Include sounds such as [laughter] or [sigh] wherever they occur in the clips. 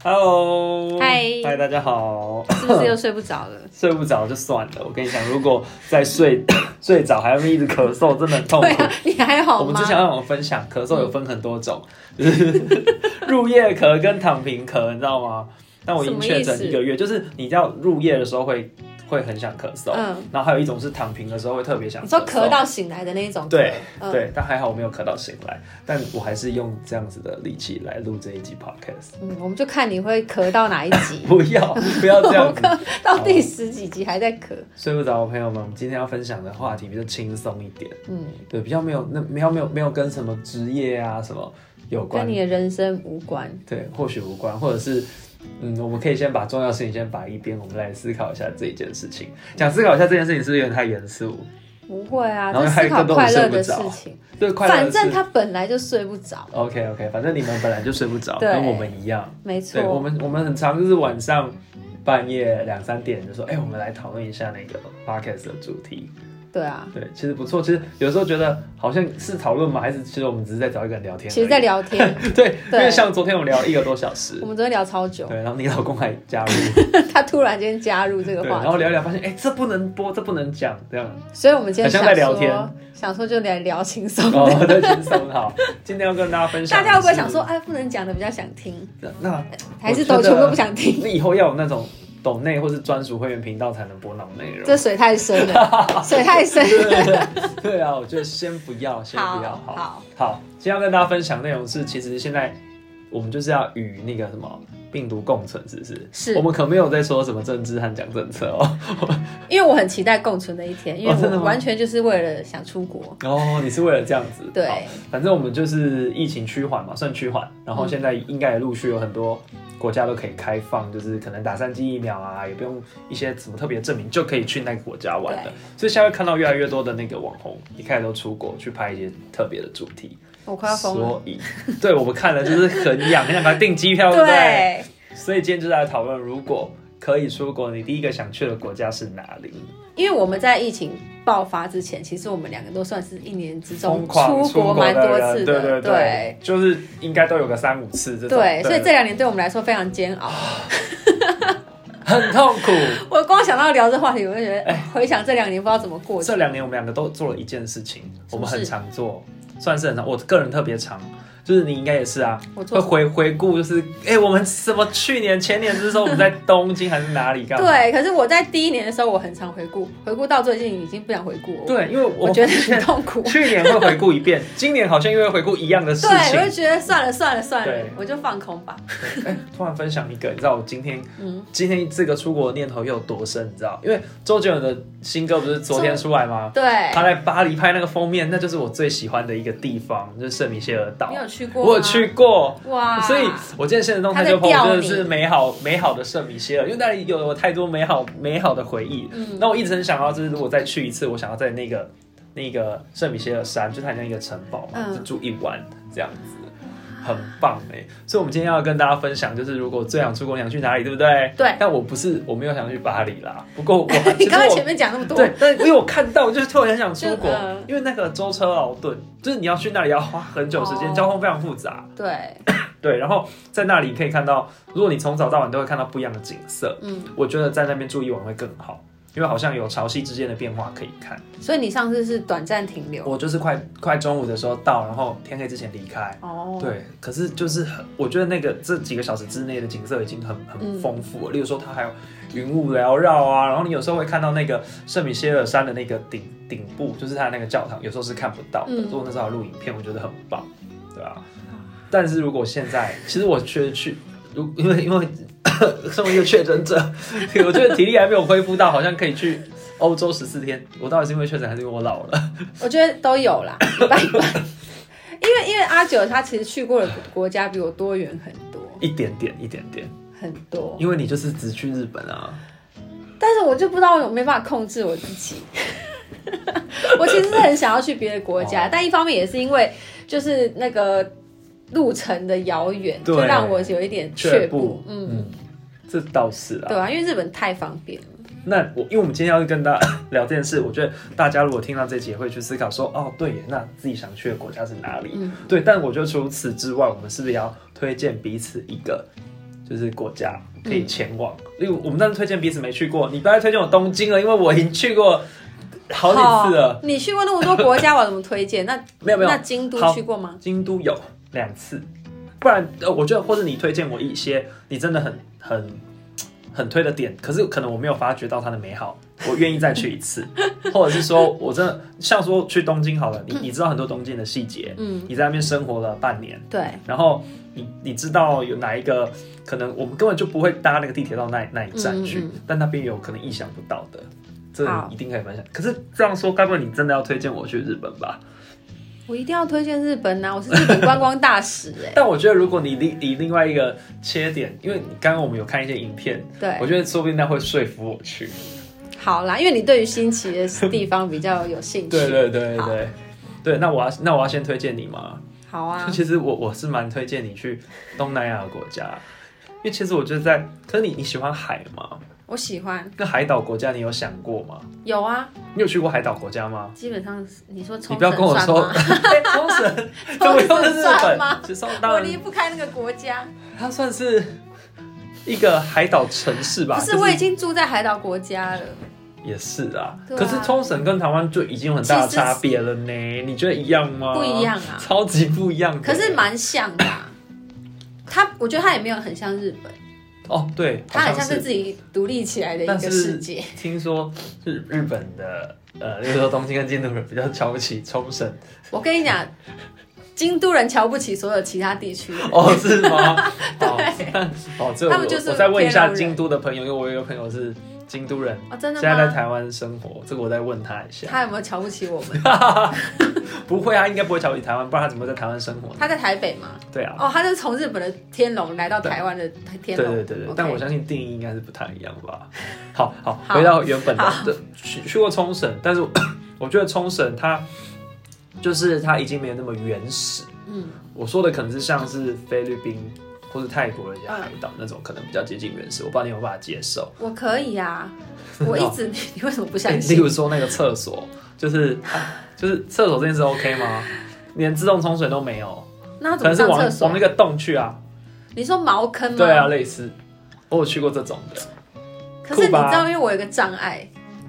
Hello，嗨嗨，大家好。 [coughs] 是不是又睡不着了？睡不着就算了，我跟你讲，如果再睡 [coughs] 睡着还会一直咳嗽，真的很痛苦对。啊，你还好哦我吗？们之前有分享，咳嗽有分很多种， [laughs] 就是入夜咳跟躺平咳，你知道吗？但我已经什么确意思诊一个月，就是你要入夜的时候会会很想咳嗽，嗯，然后还有一种是躺平的时候会特别想你嗽。说咳到醒来的那一种，对，嗯，对，但还好我没有咳到醒来，但我还是用这样子的力气来录这一集 podcast。嗯，我们就看你会咳到哪一 [laughs] 集，不要不要这 [laughs] 样子，到第十几集还在咳，睡不着的朋友们，我们今天要分享的话题比较轻松一点，嗯，对，比较没有那没有没有没有跟什么职业啊什么有关跟，你的人生无关。对，或许无关，或者是嗯，我们可以先把重要事情先摆一边，我们来思考一下这一件事情。想思考一下这件事情是不是有点太严肃？不会啊，然后在还思考更多快乐人的睡事不着情，对，快乐反的正事。他本来就睡不着， OK OK，反正你们本来就睡不着，对跟我们一样。没对我错，们，我们很常就是晚上半夜两三点就说，哎、我们来讨论一下那个 podcast 的主题。对啊，对，其实不错。其实有时候觉得好像是讨论吗？还是其实我们只是在找一个人聊天而已？其实在聊天， [laughs] 对，对因为像昨天我们聊了一个多小时 [laughs] 我，们昨天聊超久，对，然后你老公还加入，他突然间加入 [laughs] 这个对，话然题，后聊一聊发现，哎、这不能播，这不能讲，这样 [laughs] 所以我们今天很像想在聊说，想说就来聊轻松的。哦， [laughs] 对，轻松好。今天要跟大家分享大的是，家会不会想说，哎，不能讲的比较想听，那，那还是我觉都全得部不想听？你以后要有那种懂内或是专属会员频道才能播那种内容？这水太深了，水太深。 [laughs] 对对啊，我觉得先不要，先好不要，好。好，好，今天要跟大家分享内容是，其实现在我们就是要与那个什么病毒共存，是不是？是我们可没有在说什么政治和讲政策哦。 [laughs] 因为我很期待共存的一天，因为哦真的我吗完全就是为了想出国。哦，你是为了这样子？对好反正我们就是疫情趋缓嘛，算趋缓，然嗯后现在应该也陆续有很多国家都可以开放，就是可能打三剂疫苗啊，也不用一些什么特别证明就可以去那个国家玩的对。所以现在会看到越来越多的那个网红一开始都出国去拍一些特别的主题，我快要疯了。所以对我们看了就是很痒，很想把它订机票，对不对？对，所以今天就来讨论，如果可以出国，你第一个想去的国家是哪里？因为我们在疫情爆发之前，其实我们两个都算是一年之中疯狂出国国蛮的多人，次对的，对对，就是应该都有个三五次这种。对，所以这两年对我们来说非常煎啊熬。很痛 [laughs] 苦。我光想到聊这话题，我就觉得回想这两年不知道怎么过去哎这。两年我们两个都做了一件事情，什么事我们很常做，算是很常，我个人特别常。就是你应该也是啊，我会做回回顾，就是哎、我们什么去年前年就是说我们在东京还是哪里干嘛？对，可是我在第一年的时候，我很常回顾，回顾到最近已经不想回顾了，对，因为我我觉得 [laughs] 很痛苦。去年会回顾一遍，今年好像又会回顾一样的事对，我就情。觉得算了算了算了对，我就放空吧。哎、 [laughs] 突然分享一个，你知道我今天嗯，今天这个出国的念头又有多深，你知道？因为周杰伦的新歌不是昨天出来吗？嗯对。他在巴黎拍那个封面，那就是我最喜欢的一个地方，就是圣米歇尔岛你。有去过？我有。去过，哇！所 [laughs] 以我今天现实动态啊他在就朋友吊真的你是美好美好的圣米歇尔，因为那里有我太多美好美好的回忆。嗯，那我一直很想要，就是如果再去一次，我想要在那个那个圣米歇尔山，就它很像一个城堡嘛，嗯就住一晚这样子，很棒哎、所以我们今天要跟大家分享，就是如果最想出国，你想去哪里，对不对？对但我不是，我没有想去巴黎啦。不过我其 [laughs] 你实刚刚我前面讲那么多，对，但因为我看到，我就是突然很想出国 [laughs] 就嗯，因为那个舟车劳顿，就是你要去那里要花很久时间，哦交通非常复杂。对对，然后在那里可以看到，如果你从早到晚都会看到不一样的景色，嗯，我觉得在那边住一晚会更好，因为好像有潮汐之间的变化可以看。所以你上次是短暂停留我就是快快中午的时候到，然后天黑之前离开。哦，，对，可是就是很，我觉得那个这几个小时之内的景色已经很很嗯丰富了。例如说，它还有云雾缭绕啊，然后你有时候会看到那个圣米歇尔山的那个顶顶部，就是它的那个教堂，有时候是看不到的。嗯所以我那时候有录影片，我觉得很棒，对啊。但是如果现在，其实我觉得去，如因为因为 [coughs] 身为一个确诊者， [laughs] 我觉得体力还没有恢复到，好像可以去欧洲十四天。我到底是因为确诊，还是因为我老了？我觉得都有啦，一般一般。因为因为阿九他其实去过的国家比我多元很多一点点，一点点，很多，因为你就是只去日本啊。但是我就不知道我没办法控制我自己。 [laughs] 我其实是很想要去别的国家，但一方面也是因为就是那个路程的遥远，对就让我有一点却却步步。，嗯，嗯，这倒是啦。对啊，因为日本太方便了。那我因为我们今天要跟大家聊这件事，我觉得大家如果听到这集，也会去思考说，哦，对耶，那自己想去的国家是哪里？嗯对，但我觉得除此之外，我们是不是也要推荐彼此一个？就是国家可以前往。因为我们当时推荐彼此没去过，你不要再推荐我东京了，因为我已经去过好几次了。哦你去过那么多国家，我怎么推荐？ [laughs] 那没有没有那京都好去过吗？京都有两次，不然呃，我觉得或者你推荐我一些你真的很很很推的点，可是可能我没有发掘到它的美好，我愿意再去一次，或者是说我真的像说去东京好了，你你知道很多东京的细节，嗯，你在那边生活了半年，对，然后你你知道有哪一个可能我们根本就不会搭那个地铁到那那一站去，嗯嗯但那边有可能意想不到的，这好一定可以分享。可是这样说，该不会你真的要推荐我去日本吧？我一定要推荐日本啊呐、我是日本观光大使哎、但我觉得，如果你另以另外一个切点，因为你刚刚我们有看一些影片，我对，觉得说不定那会说服我去。好啦，因为你对于新奇的地方比较有兴趣。对对对对好对，对，那我要那我要先推荐你嘛。好啊就，其实我我是蛮推荐你去东南亚的国家，因为其实我觉得在，可是你你喜欢海吗？我喜欢。那海岛国家你有想过吗？有啊，你有去过海岛国家吗？基本上是你说冲你不要跟我绳说，算 [laughs] 吗哎冲 [laughs] 绳，这不用是日算吗本，其实我 [laughs] 当离然不开那个国家。它算是一个海岛城市吧。不是，就我已经住在海岛国家了。也是啊，对啊可是冲绳跟台湾就已经有很大的差别了呢，你觉得一样吗？不一样啊超级不一样的。可是蛮像的、啊。它，我觉得它也没有很像日本，哦，对，它好很像是自己独立起来的一但个是世界。听说日日本的呃，例如说东京跟京都人比较瞧不起冲 [laughs] 绳，我跟你讲，京都人瞧不起所有其他地区的人，哦，是吗？哦，但哦，这他我们就是我再问一下天龙人京都的朋友，因为我有一个朋友是京都人， [laughs] 哦，真的现在在吗？台湾生活，这个我再问他一下。他有没有瞧不起我们？不会啊，应该不会瞧不起台湾，不然他怎么会在台湾生活呢？他在台北吗？对啊，哦，他是从日本的天龙来到台湾的天对龙。对对对 OK 但我相信定义应该是不太一样吧。好好，好回到原本的好，这去去过冲绳，但是我 [coughs] 我觉得冲绳它就是它已经没有那么原始。嗯，我说的可能是像是菲律宾或是泰国的一些海岛、那种，可能比较接近原始。我不知道你有没有办法接受。我可以啊，我一 [laughs] 直你为什么不相哎例 [laughs] 信？如说那个厕所，就是、 [laughs] 啊就是厕所这件事 OK 吗？连自动冲水都没有，那他可怎能是么上往厕往那所？嗯个洞去啊。你说茅坑吗？对啊，。类似，我有去过这种的。可是酷你知吧道，因为我有一个障碍，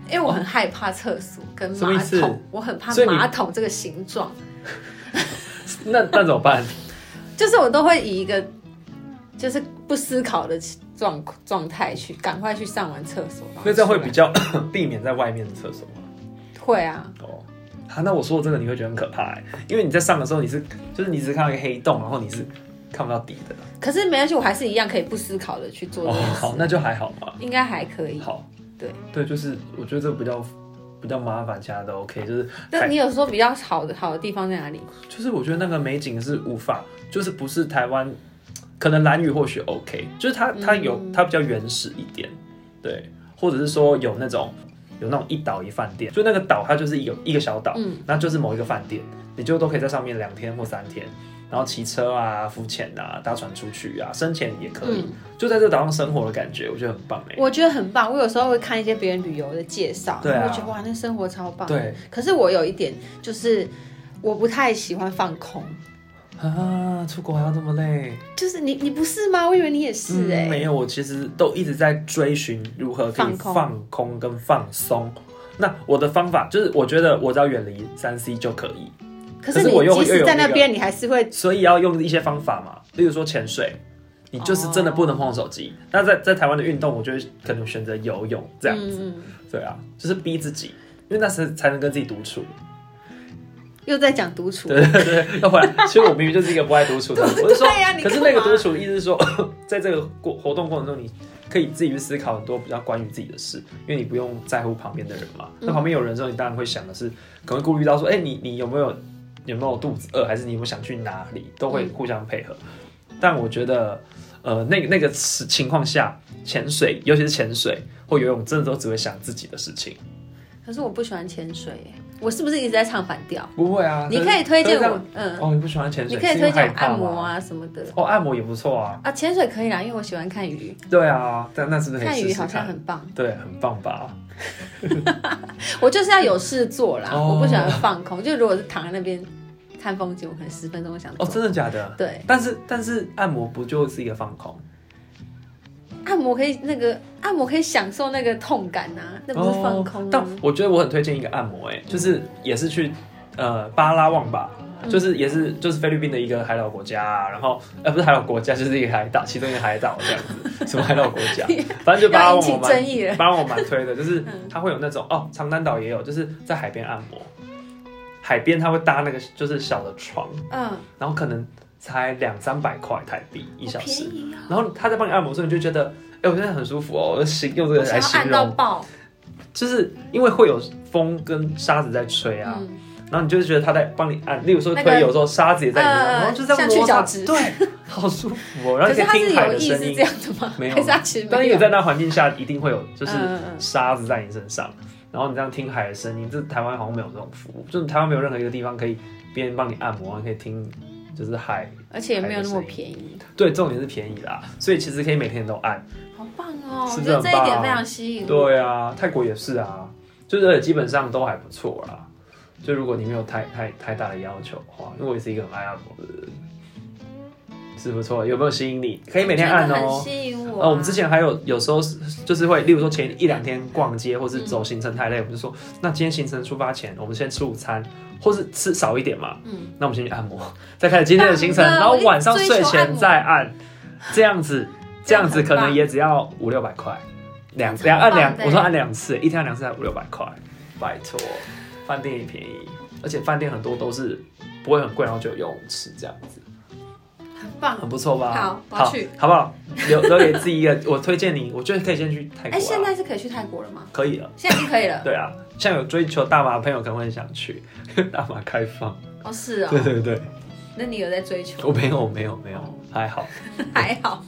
因为我很害怕厕所跟什么意马思桶，我很怕所以你马桶这个形状，那那怎么办？就是我都会以一个就是不思考的状状态去赶快去上完厕所。那这样会比较较 [coughs] 避免在外面的厕所吗？会啊，哦，啊，那我说的这个你会觉得很可怕欸，因为你在上的时候你是就是你只看到一个黑洞，然后你是看不到底的。可是没关系，我还是一样可以不思考的去做哦这件，好，事，那就还好嘛。应该还可以。好，对对，就是我觉得这个比较比较麻烦，其他都 OK。就是那你有说比较好的好的地方在哪里？就是我觉得那个美景是无法，就是不是台湾，可能蓝屿或许 OK，就是它它有嗯它比较原始一点，对，或者是说有那种有那种一岛一饭店，就那个岛它就是有一个小岛，嗯，那就是某一个饭店，你就都可以在上面两天或三天，然后骑车啊、浮潜啊、搭船出去啊、深潜也可以，嗯就在这岛上生活的感觉，我觉得很棒哎、我觉得很棒。我有时候会看一些别人旅游的介绍，对啊我会觉得哇，那生活超棒。对可是我有一点就是，我不太喜欢放空。啊，出国还要这么累。就是你，你不是吗？我以为你也是哎、嗯，没有，我其实都一直在追寻如何可以放空放空跟放松。那我的方法就是，我觉得我只要远离三 C 就可以，可可是是我你又即又使有在那那个边，你还是会所以要用一些方法嘛，例如说潜水，你就是真的不哦能碰手机。那在在台湾的运动，我就会可能选择游泳这样子，嗯，对啊，就是逼自己，因为那时才能跟自己独处。又在讲独处。对对对，要不然， [laughs] 其实我明明就是一个不爱独 [laughs] 处的人。对我是说对呀，你可是干嘛那个独处的意思是说，在这个过活动过程中，你可以自己去思考很多比较关于自己的事，因为你不用在乎旁边的人嘛。那旁边有人的时候，你当然会想的是，可能会顾虑到说，哎、你你有没有有没有肚子饿，还是你有没有想去哪里，都会嗯互相配合。但我觉得，呃，那个那个时情况下，潜水，尤其是潜水或游泳，真的都只会想自己的事情。可是我不喜欢潜水、欸，我是不是一直在唱反调？不会啊，你可以推荐可是这我样，嗯，哦，你不喜欢潜你水，可以是因为推荐我害怕按摩吗。啊什么的哦，按摩也不错啊。啊。潜水可以啦，因为我喜欢看鱼，对啊，但那是不是可以看试鱼试好像看很棒。对，很棒吧？我就是要有事做啦，哦我不喜欢放空。就如果是躺在那边看风景，我可能十分钟就想哦，走。真的假的？对，但是但是按摩不就是一个放空？按摩可以那个按摩可以享受那个痛感啊，嗯那不是放空哦吗？但我觉得我很推荐一个按摩、欸，就是也是去呃巴拉望吧。嗯就是也是就是菲律宾的一个海岛国家、然后呃不是海岛国家，就是一个海岛，其中一个海岛这样 [laughs] 子，什么海岛国家，反正就巴拉要引望起我争蛮议了。巴拉望我蛮推的，就是嗯它会有那种哦长滩岛也有，就是在海边按摩，海边它会搭那个就是小的床，嗯，然后可能才两三百块台币一小好时，便宜哦，然后他在帮你按摩的时候，你就觉得，哎、我现在很舒服哦，我的形用这个我来想要形按到容，爆。就是因为会有风跟沙子在吹啊，嗯，然后你就觉得他在帮你按，例如说那推，个有时候沙子也在你身上，呃然后就这样像去摩擦，角质对，好舒服哦，然后你可是它以是听海有的意声是音这，样的吗？没有可是它其实但没是有你。在那环境下一定会有，就是嗯嗯沙子在你身上，然后你这样听海的声音，这台湾好像没有这种服务，就是台湾没有任何一个地方可以别人帮你按摩，然后可以听就是海，嗯而且也没有那么便宜，对，重点是便宜啦，所以其实可以每天都按。好棒哦！是我不觉是得这一点很棒非常吸引我。对啊，泰国也是啊，就是基本上都还不错啦。就如果你没有太太太大的要求的话，因为我也是一个很爱按摩的人，是不错。有没有吸引你？可以每天按我觉得哦很、吸引我啊。呃，我们之前还有有时候是就是会，例如说前一两天逛街或是走行程太累，我们就说，那今天行程出发前，我们先吃午餐，或是吃少一点嘛。嗯，那我们先去按摩， [laughs] 再开始今天的行程，棒的然后晚上啊我一直睡追求按前摩再按，这样子，这这样样子很可棒能也只要五六百块，两这两样超按棒欸两，的我说按两次，一天按两次才五六百块，拜托，饭店也便宜，而且饭店很多都是不会很贵，然后就有游泳池这样子，很棒。很不错吧？好我要好去，好不好？留留给自己一个， [laughs] 我推荐你，我觉得可以先去泰国、哎，啊，现在是可以去泰国了吗？可以了，现在已经可以 [laughs] 了。对啊，像有追求大麻的朋友可能会很想去， [laughs] 大麻开放，哦，是对哦。对对，那你有在 [laughs] 追求？我没有没有没哦有，还 [laughs] 好。还好。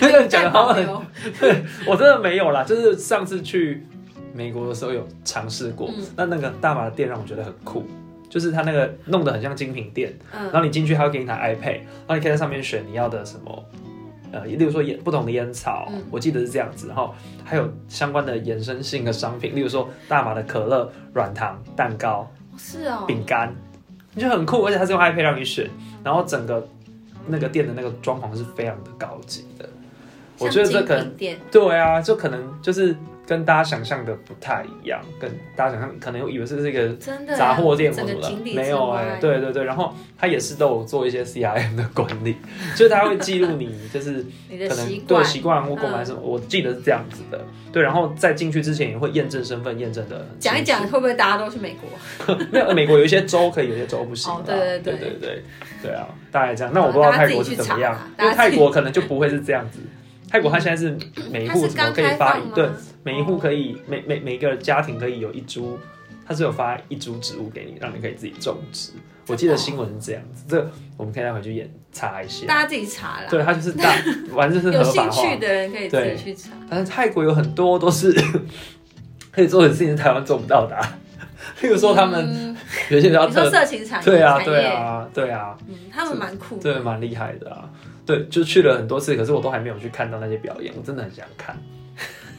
那个 [laughs] 讲的在好保像很，留。我真的没有啦，就是上次去美国的时候有尝试过嗯，那那个大麻的店让我觉得很酷。就是它那个弄得很像精品店，然嗯后你进去，它会给你台 iPad，然后你可以在上面选你要的什么，呃，例如说烟不同的烟草嗯，我记得是这样子，然后还有相关的衍生性的商品，例如说大麻的可乐、软糖、蛋糕、哦是哦。饼干，你就很酷，而且它是用 iPad 让你选，然后整个那个店的那个装潢是非常的高级的，我觉得这可个能店对啊，就可能就是跟大家想象的不太一样，跟大家想象可能以为是这个真的啊杂货店或整什个么的井，底没之有蛙哎、欸，对对对，然后他也是都有做一些 CRM 的管理， [laughs] 就是他会记录你就是你的可习能对惯嗯习惯或购买什么，我记得是这样子的，对，然后在进去之前也会验证身份，验证的讲一讲，会不会大家都去美国？ [laughs] 没有，美国有一些州可以，有些州不行啦。哦对对对对对对对啊，大概这样。那我不知道泰国是怎么样，因大家自为泰己去查啦嗯国可能就不会是这样子。泰国它现在是每一它户是怎么刚可以开发放吗？哦对，每一户可以每每每个家庭可以有一株，它是有发一株植物给你，让你可以自己种植。我记得新闻是这样子，这个我们可以再回去研查一下。大家自己查啦。对，它就是 [laughs] 大，完全是有合兴法趣化。的人可以自己去查。但是泰国有很多都是 [laughs] 可以做的事情，台湾做不到的 [laughs] 啊、例如说他们嗯有些比较你说特色情产业，对啊，产业对，啊，对啊，嗯，他们蛮酷对，的。蛮厉害的啊。对，就去了很多次，可是我都还没有去看到那些表演，我真的很想看。 [laughs]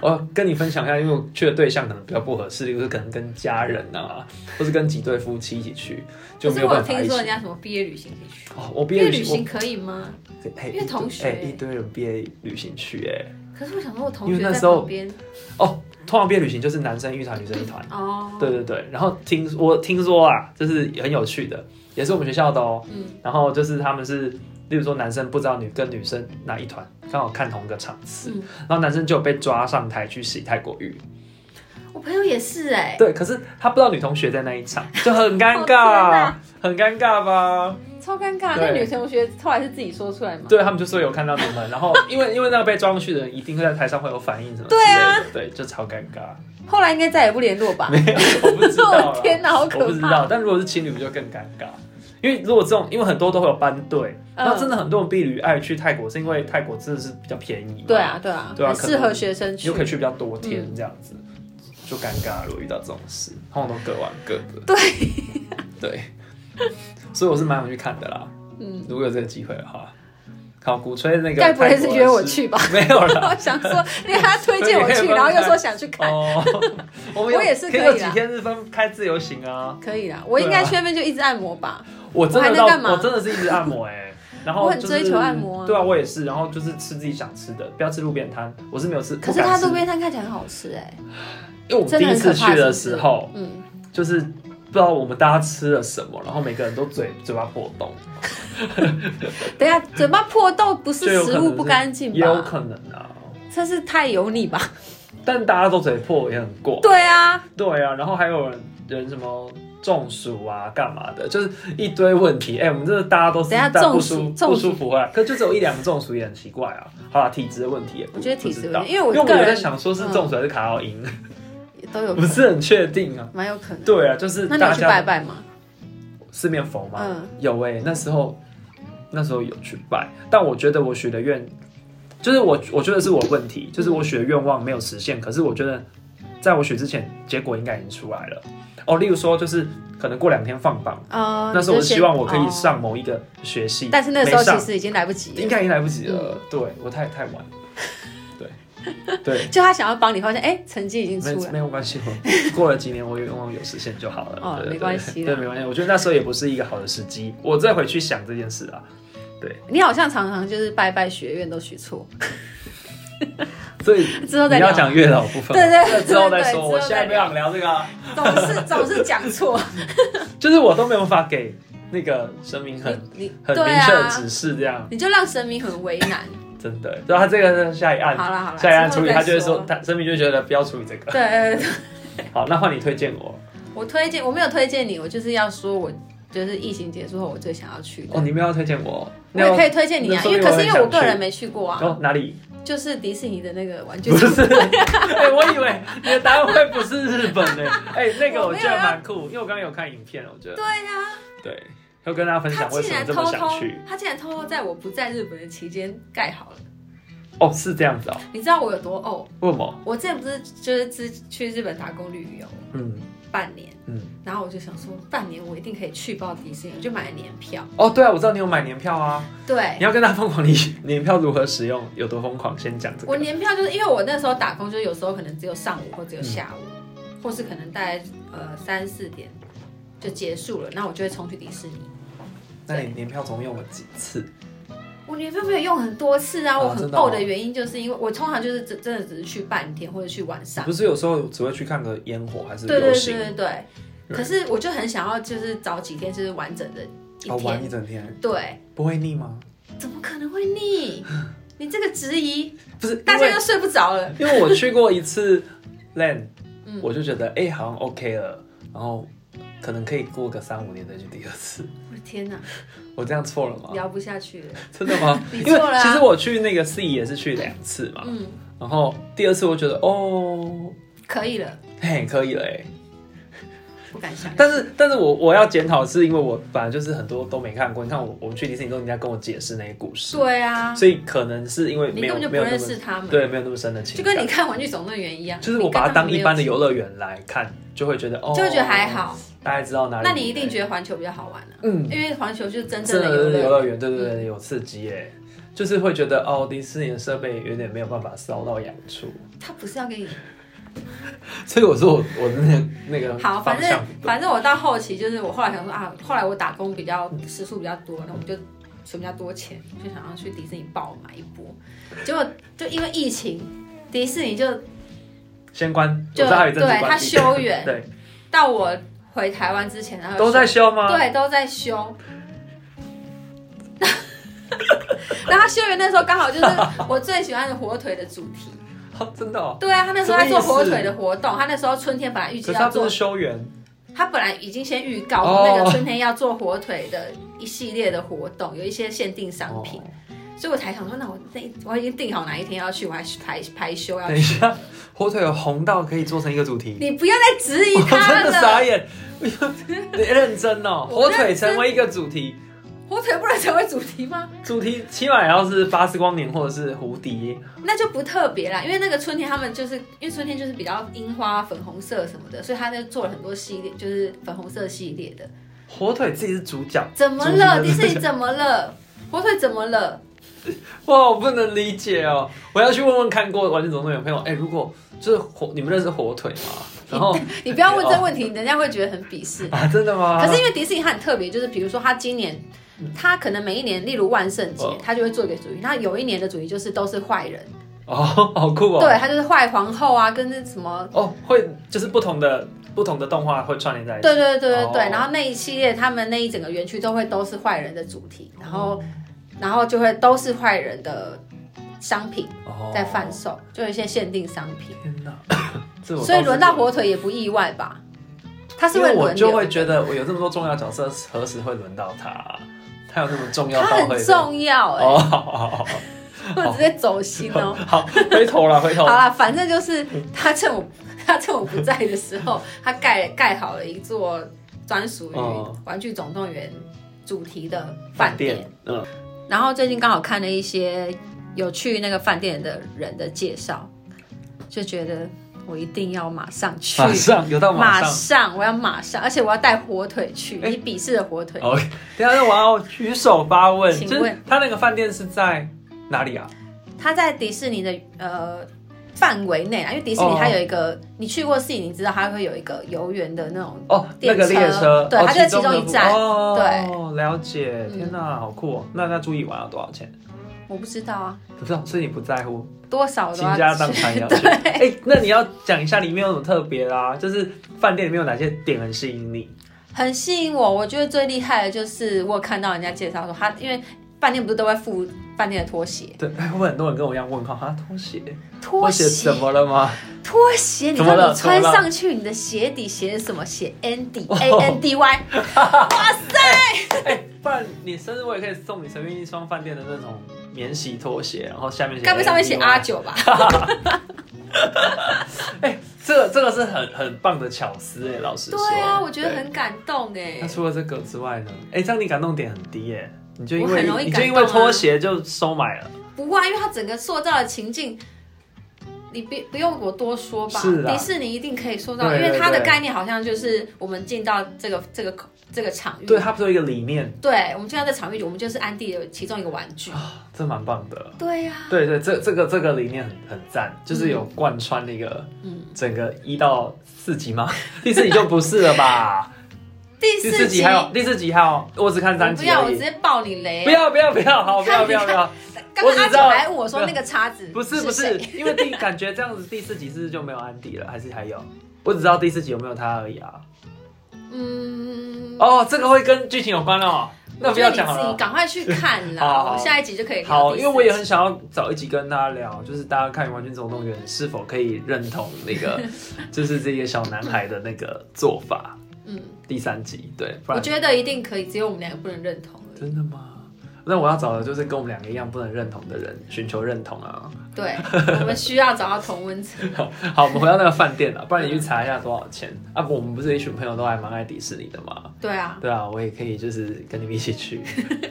我跟你分享一下，因为我去的对象可能比较不合适，就是可能跟家人啊，或是跟几对夫妻一起去，就可没是有我有办法听一起说人。家什么毕业旅行可以去，哦，我毕毕业业旅旅行行，可以吗？我哎，因为同学哎，一堆人毕业旅行去哎，可是我想说，我同因为学那在时候旁边通常毕业旅行就是男生一团，女生一团。哦，对，对对，然后听我听说啊，就是很有趣的，也是我们学校的哦。嗯，然后就是他们是，例如说男生不知道女跟女生哪一团，刚好看同个场次，嗯然后男生就有被抓上台去洗泰国浴。我朋友也是哎，对，可是他不知道女同学在那一 [laughs] 场，就很尴好天啊尬哪，很尴尬吧？超尴尬。对那女同学后来是自己说出来吗？对他们就说有看到你们，然后因为因为那个被抓上去的人一定会在台上会有反应什么之类对啊的，对，就超尴尬。后来应该再也不联络吧？我不知道 [laughs] 我啦的天哪，好可我不知怕！道，但如果是情侣就更尴尬，因为如果这种，因为很多都会有班队，嗯那真的很多人避旅爱去泰国，是因为泰国真的是比较便宜嘛。对啊，对啊，对啊很可能适合学生去又。可以去比较多嗯天这样子，就尴尬了。如果遇到这种事，通常都各玩各的。 [laughs] 对对，所以我是蛮想去看的啦。嗯，如果有这个机会的话，好，鼓吹那个。 [laughs] 该不会是约我？去吧？ [laughs] [laughs] 没有啦。我想说，因为他推荐 [laughs] 我去，然后又说想去看，哦，我们有我也是可以可以有啦几天是分开自由行啊。可以啦。我应该去那边就一直按摩吧。我真的我还能到干嘛 [laughs] 我真的是一直按摩哎、然后、我很就是、追求按摩啊对啊，我也是。然后就是吃自己想吃的，不要吃路边摊。我是没有吃，可不是敢它吃路边摊看起来很好吃哎，因为我真第的一很可次怕。去的是时不是候，嗯，就是不知道我们大家吃了什么，然后每个人都嘴嘴巴破洞，等一下嘴巴破洞不就有是可食能物是不干净也有吧？可能啊。这是太油腻吧？但大家都嘴破也很过，对啊，对啊。然后还有人人什么中暑啊，干嘛的，就是一堆问题。哎、我们真的大家都是等一下但不中舒暑中不暑舒服回来，可就只有一两个中暑也很奇怪啊。好啦，体质的问题也不，我觉得体质不知有道点因为我因为个我在人想说是嗯中暑还是卡奥 [laughs] 因，都有可不能，是很确定啊。蛮有可能。对啊，就是那你大有去拜家拜吗？四面佛吗？嗯有哎、那时候那时候有去拜，但我觉得我许的愿，就是我我觉得是我的问题，就是我许的愿望没有实现。可是我觉得，在我许之前，结果应该已经出来了。哦，例如说，就是可能过两天放榜，啊，那时候你我就先希望我可以，哦上某一个学系，但是那时候没上其实已经嗯来不及了应。该已经来不及了。对我太太晚了， [laughs] 对对，就他想要帮你，发现哎、成绩已经没出来了。没有关系，我过了几年我愿望有实现就好了。哦对对没关系对，啦对没关系。我觉得那时候也不是一个好的时机，我再回去想这件事啊，你好像常常就是拜拜学院都许错，所以之后再你聊要。讲月老部分吗，对对对之后再对对说。我之现后再在不想聊这个啊，总 [laughs] 是总是讲错。就是我都没有办法给那个神明很你很对明确的啊，指示，这样你就让神明很为难。真的。然后他这个下一案，好啦好啦下一案之后处理，再他就会说 [laughs] 说，他神明就觉得不要处理这个。对对对，好，那换你推荐我我推荐我没有推荐你，我就是要说我就是疫情结束后我最想要去的。哦，你们要推荐我，我也那可以推荐你啊，那因为说可明我是因为很我个想人去没去过啊，哦哪里？就是迪士尼的那个玩具不总是， [laughs] 哎、我以为你的答案会不是日本 [laughs] 呢、哎、那个我觉得蛮酷，因为我刚刚有啊看影片，我觉得对呀、对，要跟大家分他享为竟什么然这么偷想偷去。，他竟然偷偷在我不在日本的期间盖好了。哦，是这样子哦，你知道我有多呕？为什么？我之前不是就是之去日本打工旅游嗯半年，嗯，然后我就想说，半年我一定可以去爆迪士尼，我就买了年票。哦，对啊，我知道你有买年票啊，对你，要跟大家疯狂你 [laughs] 年票如何使用，有多疯狂，先讲这我个。年票就是因为我那时候打工，就是有时候可能只有上午或只有下午，嗯或是可能大概呃三四点就结束了，那我就会冲去迪士尼。那你年票总共用了几次？我年票没有用很多次啊，哦我很真的哦呕的原因就是因为我通常就是真真的只是去半天或者去晚上你。不是有时候只会去看个烟火还是对对游对行，对对。对可是我就很想要，就是找几天，就是完整的一哦，玩一天。整天，对，不会腻吗？怎么可能会腻？ [laughs] 你这个质疑，不是，大因家为都睡不着了。因为我去过一次 land，、 [laughs] 嗯我就觉得哎、诶好像 OK 了，然后可能可以过个三五年再去第二次。我的天哪，我这样错了吗？聊不下去了。真的吗？ [laughs] 你因为错了啊其实我去那个 C 也是去两次嘛，嗯，然后第二次我觉得哦，可以了，嘿可以了哎，不敢想。但是但是我我要检讨是因为我本来就是很多都没看过，你看我我们去迪士尼都人家跟我解释那些故事，对啊，所以可能是因为你没根有本就没有不认那么识他们，对没有那么深的情就感，跟你看《玩具总动员》一样，就是我把它当一般的你游乐园来看，就会觉得哦，跟他们没有，就会觉得还，好。大概知道哪里。那你一定觉得环球比较好玩啊，嗯，因为环球就是真正真的的游是游乐乐园。园，对对对，有刺激耶，就是会觉得哦，迪士尼的设备有点没有办法烧到痒处，他不是要给你所以我说我我的那个那嗯个好，反方向正不对反正我到后期就是我后来想说啊，后来我打工比较时数比较多，那我们就存比较多钱，就想要去迪士尼爆买一波。结果就因为疫情，迪士尼就先关，我就知道还有一阵子对关它闭 [laughs] 休园对，到我回台湾之前，然后都在修啊吗？，对，都在修。 [laughs] 然后他修园那时候刚好就是我最喜欢的火腿的主题。哦、真的、哦。对啊，他那时候在做什么火意思腿的活动，他那时候春天本来预可计是它要不做是，休园，他本来已经先预告哦那个春天要做火腿的一系列的活动，有一些限定商品，哦所以我才想说，那我那我已经定好哪一天要去，我还排排休要等一去。下，火腿有红到可以做成一个主题， [laughs] 你不要再质疑我他真的傻了， [laughs] 眼，你认真哦，我火认真腿成为一个主题，火腿不能成为主题吗？主题起码也要是巴斯光年或者是胡迪，那就不特别啦，因为那个春天他们就是因为春天就是比较樱花、粉红色什么的，所以他就做了很多系列，就是粉红色系列的。火腿自己是主角，怎么了？主迪角士尼怎么了？火腿怎么了？哇，我不能理解哦！我要去问问看过《玩具总动员》朋友，哎、如果就是火，你们认识火腿吗？然 [laughs] 后你不要问这问题，人家会觉得很鄙视。啊，真的吗？可是因为迪士尼它很特别，就是比如说它今年他可能每一年，例如万圣节嗯，他就会做一个主题。那有一年的主题就是都是坏人，哦，好酷哦！对他就是坏皇后啊，跟那什么，哦，会就是不同的不同的动画会串联在一起。对对对对对。哦然后那一系列他们那一整个园区都会都是坏人的主题，然后嗯然后就会都是坏人的商品哦在贩。售，就有一些限定商品。天 [laughs] 哪，这我倒是所以轮到火腿也不意外吧？他是因会为我轮就流会，觉得我有这么多重要角色，何时会轮到他？他有那么重要他到会很重要哎、哦，好好好 [laughs] 我直接走心哦、好，回头了，回头 [laughs] 好。啦，反正就是他趁我 [laughs] 他趁我不在的时候，他盖盖好了一座专属于哦《玩具总动员》主题的饭店。，嗯，然后最近刚好看了一些有去那个饭店的人的介绍，就觉得我一定要马上去。马上有到马马上。上，我要马上，而且我要带火腿去，哎你鄙视的火腿。 OK，等一下我要举手发问，请就是问他那个饭店是在哪里啊？它在迪士尼的呃范围内啊，因为迪士尼哦它有一个，你去过戏，你知道它会有一个游园的那种哦，那电个列车，对哦它就在其的中一站哦，对嗯了解。天哪，好酷哦！那那住一晚要多少钱？我不知道啊，不知道，所以你不在乎。多少哦都倾要家荡 [laughs] 产要去。哎、那你要讲一下里面有什么特别啦、就是饭店里面有哪些点很吸引你？很吸引我。我觉得最厉害的就是我有看到人家介绍说他，因为饭店不是都会附饭店的拖鞋，对，哎会不会很多人跟我一样问号啊？拖鞋，拖鞋鞋怎么了 [laughs] 吗？拖鞋，你怎么看了你穿怎么了哦上去，你的鞋底写的什么？写 Andy A N D [laughs] Y，哎、不然你生日我也可以送你随便一双饭店的那种免洗拖鞋，然后下面写该不会上面写 ANDY 阿？九吧？哎、这个这个是很很棒的巧思哎、老师说。对啊，我觉得对很感动哎那。除了这个之外呢？哎、这样你感动点很低耶、你就因我为很容易你就感因为动啊拖鞋就收买了，不会啊，因为它整个塑造的情境，你不不用我多说吧，是啊迪士尼一定可以塑造，对因为它的对对概念好像就是我们进到这个这个这个场域，对，它不是有一个理念，对我们进到这场域，我们就是安迪的其中一个玩具，这蛮棒的。对啊呀、啊对对，这这个这个理念很很赞，就是有贯穿那个嗯整个一到四集吗？ [laughs] 第四集就不是了吧？第第四四集还有第四集还有，我只看我三不集要，而我直已。接爆你雷，不，要不要不要，好不要不要不要，刚我刚只阿知九道还问我说不那要个叉子不是不是 [laughs] 谁，因为第感觉这样子第四集是不是就没有安迪了，还是还有？我只知道第四集有没有他而已啊。嗯。哦，这个会跟剧情有关哦，那不要讲我觉得你自己了。赶快去看 [laughs] 好好啦，我们下一集就可以聊好，第因四为我也集很想要找一集跟大家聊，就是大家看《玩具总动员》是否可以认同那 [laughs] 个，就是这些小男孩的那个做法。嗯，第三集，对，不我然觉得一定可以，只有我们两个不能认同 [laughs] 而已。真的吗？那我要找的就是跟我们两个一样不能认同的人，寻求认同啊。对，我们需要找到同温层。 [laughs] 好，我们回到那个饭店了，不然你去查一下多少钱啊？我们不是一群朋友都还蛮爱迪士尼的嘛？对啊，对啊，我也可以就是跟你们一起去，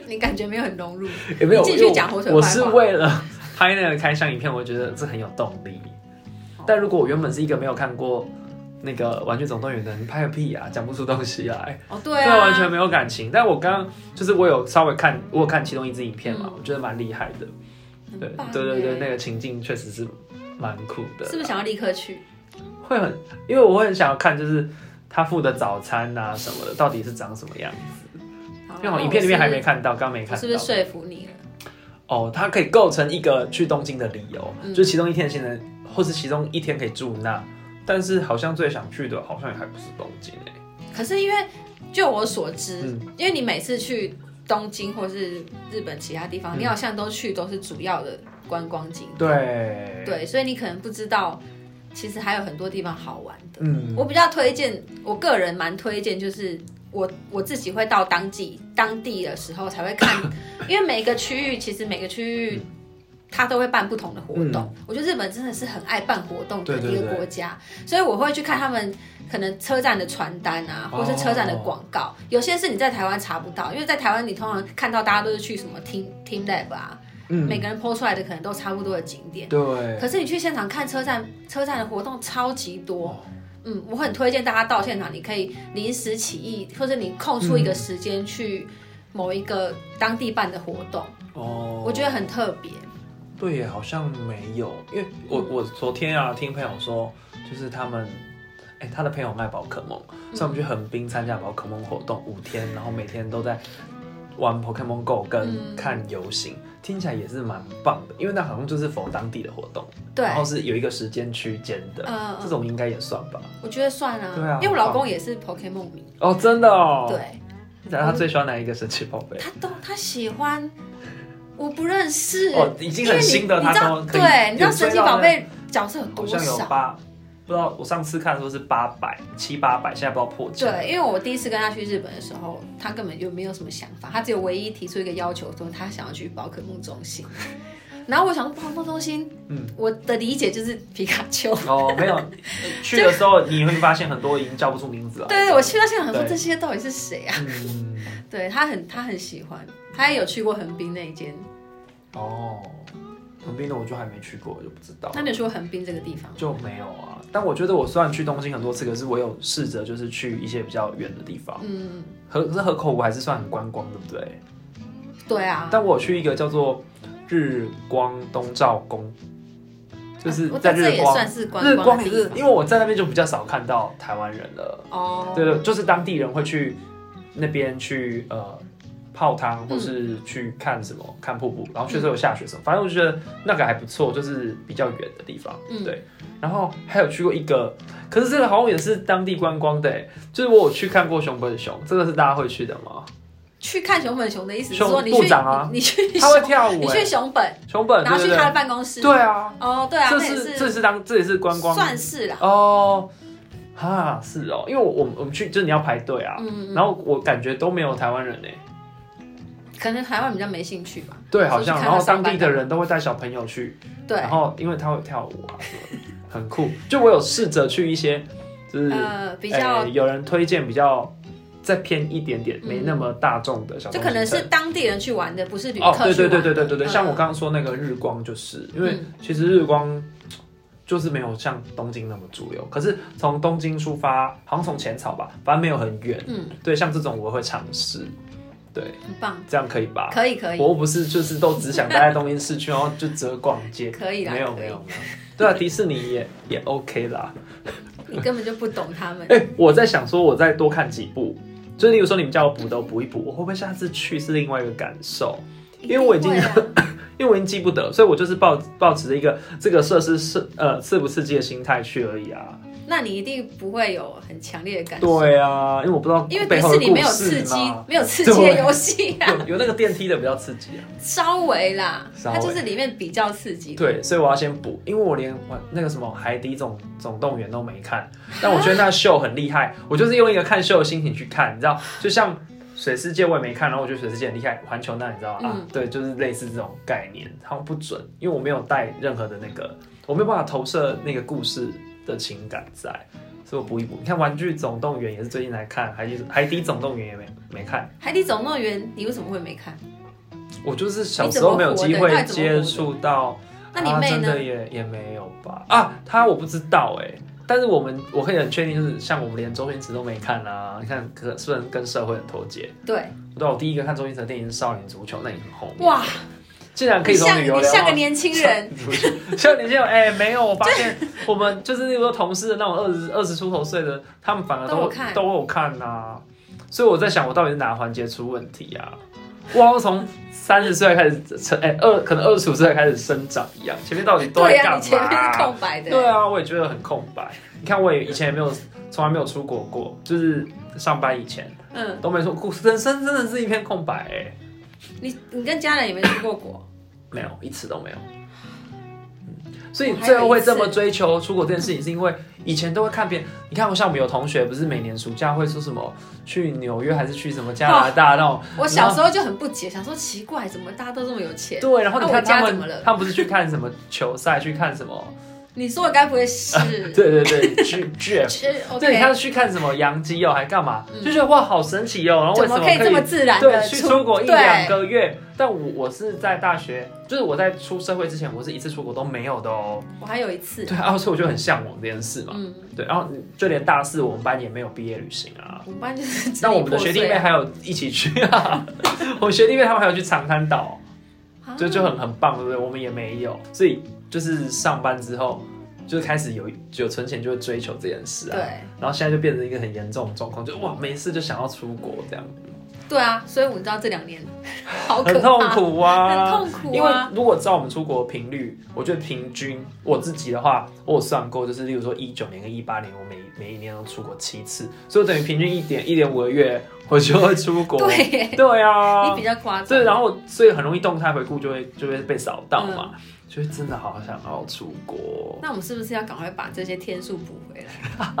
你感觉没有很 [laughs] 融入，有没有？你继续因为我讲火腿我坏话是为了拍那个开箱影片，我觉得这很有动力。哦但如果我原本是一个没有看过那个《玩具总动员》的人，拍个屁啊，讲不出东西来。哦，对对，完啊全，没有感情。但我刚刚就是我有稍微看，我有看其中一支影片嘛，嗯我觉得蛮厉害的。对很棒对对对，那耶个情境确实是蛮酷的啦。是不是想要立刻去？会很？因为我很想要看，就是他付的早餐啊什么的，到底是长什么样子？好因为我哦那影片里面还没是看到，刚没看我到。是不是说服你了？哦，它可以构成一个去东京的理由，嗯就其中一天行程，或是其中一天可以住那。但是好像最想去的，好像也还不是东京欸诶、可是因为就我所知，嗯因为你每次去东京或是日本其他地嗯方，你好像都去都是主要的观光景对，点，对，所以你可能不知道，其实还有很多地方好玩的。嗯，我比较推荐，我个人蛮推荐，就是我我自己会到当季当地的时候才 [laughs] 会看，因为每个区域其实每个区嗯域它都会办不同的活动。我觉得日本真的是很爱办活动的对对一个对国家，所以我会去看他们可能车站的传单啊，哦或是车站的广告。有些是你在台湾查不到，因为在台湾你通常看到大家都是去什么 Team Team Lab 啊，嗯每个人 PO 出来的可能都差不多的景点。对，可是你去现场看车站，车站的活动超级多。哦嗯，我很推荐大家到现场，你可以临时起意，或者你空出一个时间去某一个当地办的活动，哦，我觉得很特别。对耶，好像没有，因为我嗯我昨天啊听朋友说，就是他们，哎、他的嗯朋友卖宝可梦，所以我们去横滨参加宝可梦活动五天，然后每天都在玩 Pokemon Go 跟嗯看游行，听起来也是蛮棒的，因为那好像就是否当地的活动，对然，后是有一个时间区间的，嗯哦啊这种应该也算吧。我觉得算啊，对啊因为我老很棒公也是 Pokemon 迷，哦，真的哦。，对你知道他最喜欢哪一个神奇宝贝？他都他喜欢，我不认识，哦，已经很新的，因为他你都你可知以道，对，你知道神奇宝有追到贝角色有那个好多像有少？八，不知道我上次看说是八百七八百，现在不知道破千。对，因为我第一次跟他去日本的时候，他根本就没有什么想法，他只有唯一提出一个要求，说他想要去宝可梦中 [laughs] 心。然后我想，宝可梦中心，嗯我的理解就是皮卡丘。哦，没有，去的时候你会发现很多已经叫不出名字了。 [laughs] 对对，我去到现场想说对这些到底是谁啊？嗯， [laughs] 对他很他很喜欢，他也有去过横滨那一间。哦，横滨的我就还没去过，我就不知道。那你有去过横滨这个地方吗？就没有啊。但我觉得我虽然去东京很多次，可是我有试着就是去一些比较远的地方。嗯，河可是河口湖还是算很观光，对不对？对啊。但我有去一个叫做日光东照宫，就是啊我在这日也光。算是观日光光的也地是，方因为我在那边就比较少看到台湾人了。哦。对对，就是当地人会去那边去呃泡汤，嗯或是去看什么、看瀑布，然后确实有下雪什么，反正我觉得那个还不错，就是比较远的地方，嗯对。然后还有去过一个，可是这个好像也是当地观光的欸，就是我有去看过熊本熊，这个是大家会去的吗？去看熊本熊的意思是熊说你部去长啊你你去他会跳舞你欸去，熊本，熊本然后对去对他的对，办公室。对啊，哦，对啊，这那也是这是当这也是观光算是啊啦。哦，哈是哦，因为我我们我们去就是你要排队啊，嗯，然后我感觉都没有台湾人哎。可能台湾比较没兴趣吧。对，好像，就是看然他后当上班地的人都会带小朋友去，对，然后因为他会跳舞啊 [laughs] 什么的，很酷。就我有试着去一些，就是、呃，比较、呃有人推荐比较再偏一点点、嗯没那么大众的小就众行程，可能是当地人去玩的，不是旅哦，客对去对玩对对的。对对对，嗯像我刚刚说那个日光，就是因为嗯其实日光就是没有像东京那么主流，可是从东京出发，好像从浅草吧，反正没有很远。嗯，对，像这种我会尝试，对，很棒，这样可以吧？可以可以啊我又不是就是都只想待在东京市区，然后就只会逛街。可以啦，没有可以没有，没有，对啊，迪士尼也 [laughs] 也 OK 啦。你根本就不懂他们。哎、我在想说，我再多看几部，就是例如说你们叫我补都补一补，我会不会下次去是另外一个感受？因为我已经一定会啊因为我已经记不得，所以我就是抱抱持着一个这个设施是呃刺不刺激的心态去而已啊。 [laughs] 那你一定不会有很强烈的感受，对啊，因为我不知道因为背迪后士的尼没有故事刺激嘛，没有刺激的游戏啊， [laughs] 有有那个电梯的比较刺激啊。稍微啦，稍微它就是里面比较刺激。对，所以我要先补，因为我连玩那个什么《海底总总动员》都没看，但我觉得那秀很厉害，我就是用一个看秀的心情去看，你知道，就像水世界我也没看，然后我觉得水世界很厉害，环球那你知道、啊嗯，对，就是类似这种概念，好像不准，因为我没有带任何的那个，我没有办法投射那个故事的情感在，所以我补一补。你看《玩具总动员》也是最近来看，《海底海底总动员》也没没看，海底总动员你为什么会没看？我就是小时候没有机你怎么活的到会底怎么接活的触到。那你妹啊、真呢？的也也没有吧？啊，他我不知道哎、但是我们我可以很确定，就是像我们连周星驰都没看啊，你看可是不是跟社会很脱节？对，对，我第一个看周星驰的电影是《少年足球》，那你很后面，哇，竟然可你以从像旅游你聊像到个年轻人， [laughs] 足球，像年轻人哎、没有，我发现我们就是那时候同事的那种二十二十出头岁的，他们反而都都有看都有看呐、啊所以我在想，我到底是哪个环节出问题啊？我好像从三十岁开始成，哎、二可能二十五岁开始生长一样，前面到底都在对干嘛、啊，你前面是空白的。对啊，我也觉得很空白。你看，我也以前也没有，从来没有出国过，就是上班以前嗯，都没出过，人生真的是一片空白哎、你你跟家人也没出 [laughs] 过国，没有一次都没有。嗯，所以我还有最后会这一么次追求出国这件事情，是因为以前都会看别人。你看，像我们有同学不是每年暑假会说什么去纽约还是去什么加拿大那 [laughs] 种，我小时候就很不解，想说奇怪，怎么大家都这么有钱？对，然后你那我看他家们怎么了，他们不是去看什么球赛，去看什么？ [laughs] 你说的该不会是？对对对， [laughs] 去 Jeff 其实对，你 OK，看去看什么洋基哦，还干嘛？嗯就觉得哇，好神奇哦！然后为怎什么么可以这么自然对的去出国一对两个月？但我我是在大学，就是我在出社会之前，我是一次出国都没有的哦。我还有一次，对啊，所以我就很向往这件事嘛。嗯，对，然后就连大四我们班也没有毕业旅行啊。我们班就是支离那我们的破学碎啊弟妹还有一起去啊， [laughs] 我们学弟妹他们还有去长滩岛，啊就就很很棒，对不对？我们也没有，所以就是上班之后，就开始有有存钱就会追求这件事啊。对，然后现在就变成一个很严重的状况，就哇没事就想要出国这样。对啊，所以我知道这两年 [laughs] 好可很怕，痛苦啊，很痛苦啊因为如果照我们出国的频率，我觉得平均我自己的话，我有算过，就是例如说一九年跟一八年，我每每一年都出国七次，所以我等于平均一点一点五个月我就会出国。对耶，对啊，你比较夸张。对，然后我所以很容易动态回顾就会就会被扫到嘛，嗯就会真的好想要出国。那我们是不是要赶快把这些天数补回 [laughs] 来？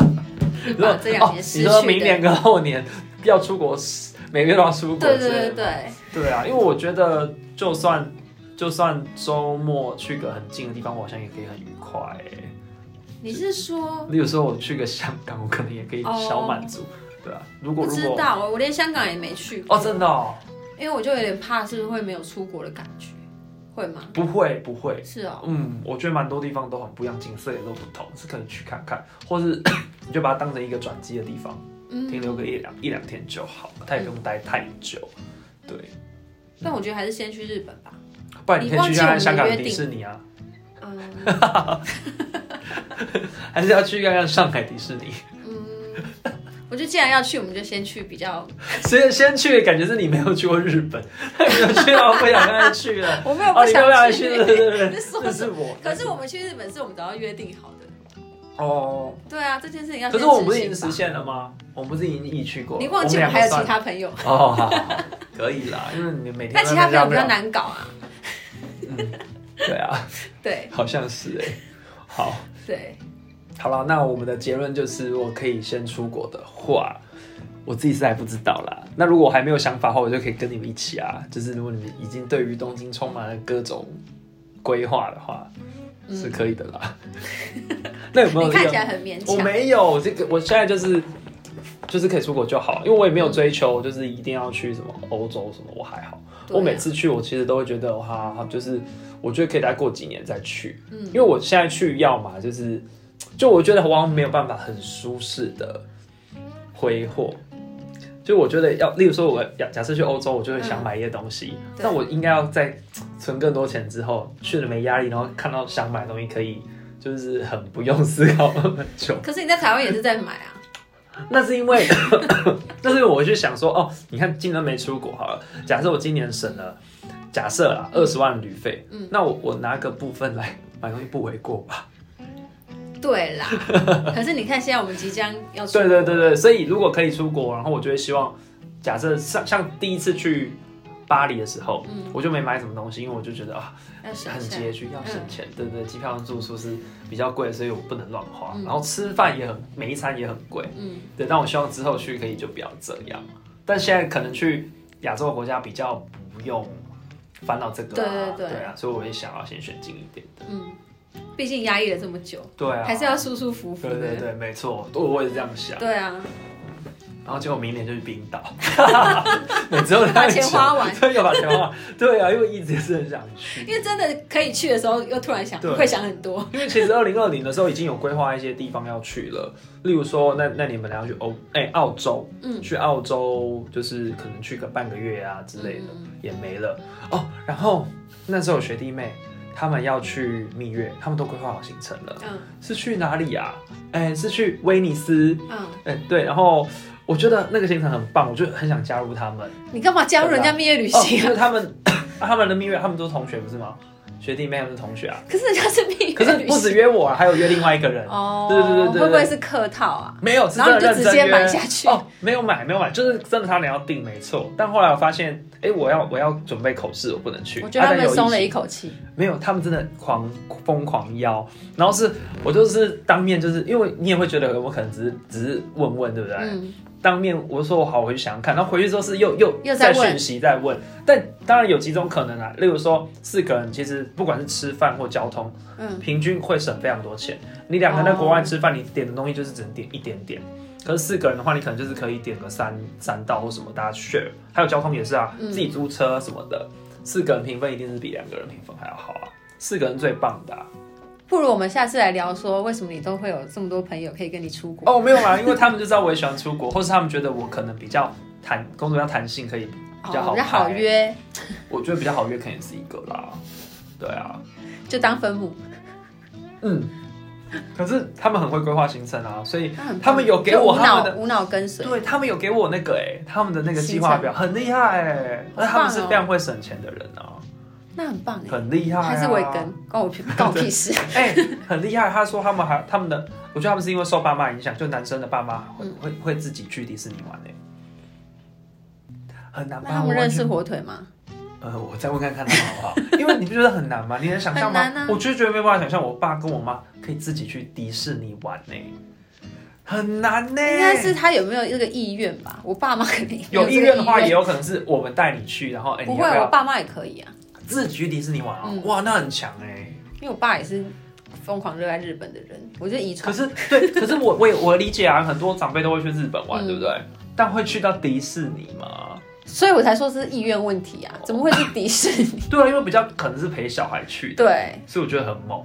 你说就把这两哦年失你去的，说明年跟后年要出国，每个月都要出国之类的，对对对对，对啊，因为我觉得就算就算周末去个很近的地方，我好像也可以很愉快、欸。你是说例如说我去个香港，我可能也可以小满足。对啊，如果不如知果道，我我连香港也没去过，哦，真的、哦、因为我就有点怕是不是会没有出国的感觉，会吗？不会不会。是哦，嗯，我觉得蛮多地方都很不一样，景色也都不同，是可以去看看，或是 [coughs] 你就把它当成一个转机的地方，停嗯，留个一两一两天就好，它也不用待太久。对，但我觉得还是先去日本吧。不然你可以去看看香港的你忘记我们的约定迪士尼啊，嗯还是要去看看上海迪士尼。嗯， [laughs] 我觉得既然要去，我们就先去比较，先先去，感觉是你没有去过日本， [laughs] 没有去到不想再去 [laughs] 了。我没 [laughs] 有哦，不你没有想想去去，。对 [laughs] 对对， [laughs] 你说这是我。可是我们去日本是我们早要约定好的，哦，对啊，这件事情要可先是我们不执是已经行实吧现了吗？我们不是已经一去过？你忘记我们还有两个算其他朋友， [laughs] 哦，好好好可以啦，因为你每天但都其在他朋友那比较边难搞 [laughs] 啊。聊。对啊，对好像是哎。好，对，好了，那我们的结论就是，我可以先出国的话。我自己是还不知道啦。那如果我还没有想法的话，我就可以跟你们一起啊。就是如果你们已经对于东京充满了各种规划的话，是嗯，可以的啦。 [laughs] 那有没有你一个？看起来很勉我强，没有这个，我现在就是就是可以出国就好，因为我也没有追求，就是一定要去什么欧洲什么，我还好。对我啊每次去，我其实都会觉得哈，哈就是我觉得可以再过几年再去，嗯因为我现在去要嘛就是，就我觉得往往没有办法很舒适的挥霍。就我觉得要，例如说我假假设去欧洲，我就会想买一些东西，嗯对但我应该要在存更多钱之后去了没压力，然后看到想买的东西可以，就是很不用思考那么久。可是你在台湾也是在买啊，那是因为，那是因为我就想说，哦，你看今年没出国好了，假设我今年省了，假设啦二十万旅费，嗯那我我拿个部分来买东西不为过吧？[laughs] 对啦。可是你看现在我们即将要出对对对对，所以如果可以出国，然后我就会希望，假设像像第一次去巴黎的时候，嗯我就没买什么东西，因为我就觉得啊，要省很钱，拮据，要省钱，对对，机票跟住宿是比较贵，所以我不能乱花，嗯然后吃饭也很每一餐也很贵。嗯，对，但我希望之后去可以就不要这样。但现在可能去亚洲国家比较不用烦恼这个、啊，对对对啊，所以我也想要先选近一点的。嗯毕竟压抑了这么久，对啊，还是要舒舒服服对对的。对，没错，我我也是这样想。对啊，然后结果明年就去冰 [laughs] 岛，每周都要把钱花完对，要把钱花完。对啊，因为一直是很想去。因为真的可以去的时候，又突然想对会想很多。因为其实二零二零的时候已经有规划一些地方要去了，例如说那那你们俩要去欧哎、澳洲，嗯去澳洲就是可能去个半个月啊之类的，嗯也没了哦。然后那时候有学弟妹他们要去蜜月，他们都规划好行程了，嗯是去哪里啊？哎、是去威尼斯，嗯，哎、对，然后。我觉得那个行程很棒，我就很想加入他们。你干嘛加入人家蜜月旅行因啊？为哦他们 [coughs] 他们的蜜月，他们都是同学不是吗？学弟妹他们是同学 [laughs] 啊，可是人家是蜜可月是旅不行止约我、啊，还有约另外一个人。哦，对对对对对会不会是客套啊？没有，是然真的后你就认直真接约买下去哦，没有买，没有买，就是真的他俩要订，没错。但后来我发现，哎、我要我要准备口试，我不能去。我觉得他啊但们有松了疫一情口气。没有，他们真的狂疯狂邀，然后是我就是当面就是，因为你也会觉得我可能只是只是问问，对不对？嗯，当面我说我好，我就想想看，然后回去之后是又又又在问讯息再问，但当然有几种可能啊，例如说四个人其实不管是吃饭或交通，嗯，平均会省非常多钱。你两个人在国外吃饭，你点的东西就是只能点一点点。可是四个人的话，你可能就是可以点个三三道或什么，大家 share。还有交通也是啊，嗯自己租车什么的，四个人评分一定是比两个人评分还要好啊。四个人最棒的、啊、不如我们下次来聊说，为什么你都会有这么多朋友可以跟你出 [laughs] 国？哦，没有 [laughs] 啦，因为他们就知道我也喜欢出国，或是他们觉得我可能比较弹工作上弹性可以比较好、哦比较好，约，我觉得比较好约肯定是一个啦。对啊，就当分母。嗯，可是他们很会规划行程啊，所以那很棒他们有给就我无他们脑的无脑跟随，对他们有给我那个哎、他们的那个计划表很厉害哎、好棒哦那他们是非常会省钱的人啊，那很棒哎。很厉害、啊。还是我也跟，关我 [laughs] 屁关我屁事。哎、很厉害。他说他们还他们的，我觉得他们是因为受爸妈影响，就男生的爸妈会、嗯会会自己去迪士尼玩哎、很难那吗？他我们完认全识火腿吗？呃，我再问看看他们好 [laughs] 不好？因为你不觉得很难吗？你能想象吗？很难啊我就觉得没办法想象，我爸跟我妈可以自己去迪士尼玩呢、很难呢、应该是他有没有这个意愿吧？我爸妈肯定有这个意意愿的话，也有可能是我们带你去，然后哎、不你会，要不我要爸妈也可以啊，自己去迪士尼玩啊？嗯哇，那很强哎、因为我爸也是疯狂热爱日本的人，我觉得遗可传。是对，可是我我也我理解啊，很多长辈都会去日本玩，嗯对不对？但会去到迪士尼吗？所以我才说是意愿问题啊，怎么会是迪士 [laughs] 尼？对啊，因为比较可能是陪小孩去的，对，所以我觉得很猛，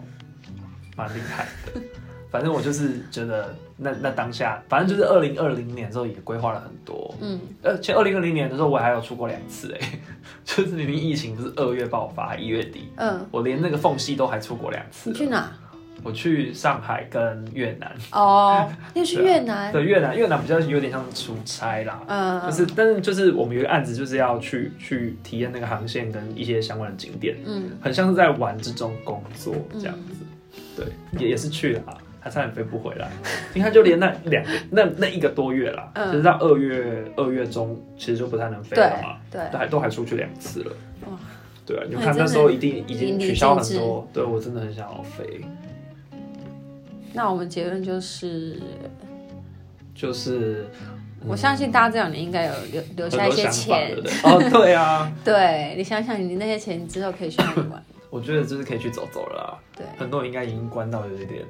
蛮厉害的。 [laughs] 反正我就是觉得那那当下，反正就是二零二零年的时候也规划了很多，嗯，而且二零二零年的时候我还有出过两次、哎， [laughs] 就是明明疫情不是二月爆发，一月底，嗯，我连那个缝隙都还出国两次你了。去哪？我去上海跟越南，哦，你去越南？对越南，越南比较有点像出差啦，嗯，啊就是但是就是我们有一个案子，就是要去去体验那个航线跟一些相关的景点，嗯很像是在玩之中工作这样子，嗯对，也也是去了啊，还差点飞不回来。你看，就连那两个那那一个多月啦，嗯其实到二月二月中，其实就不太能飞对了嘛，对都，还都还出去两次了哇。对啊，你那看真的那时候一定已经淋漓取消很尽多，对我真的很想要飞，那我们结论就是，就是我相信大家这两年应该有留留很下一多些想法，对钱不，对？哦，对 [laughs] 啊，对你想想，你那些钱之后可以去哪里玩？我觉得就是可以去走走了啊。对，很多人应该已经关到有一点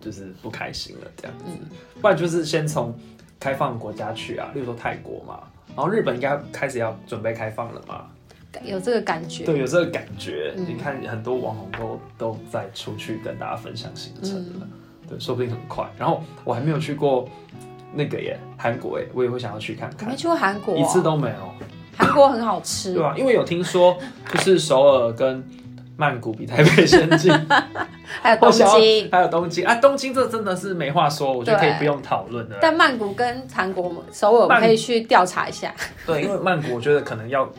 就是不开心了这样子，嗯不然就是先从开放国家去啊，例如说泰国嘛，然后日本应该开始要准备开放了嘛，有这个感觉。对，有这个感觉。嗯你看很多网红都都在出去跟大家分享行程嗯了，对，说不定很快。然后我还没有去过那个耶，韩国耶，我也会想要去看我看没，去过韩国、啊嗯一次都没有，韩国很好吃，对啊，因为有听说就是首尔跟曼谷比台北先进。还有东我想要京，还有东京啊，东京这真的是没话说，我觉得可以对不用讨论啊的。但曼谷跟韩国我们首尔我们可以去调查一下。对，因为曼谷我觉得可能要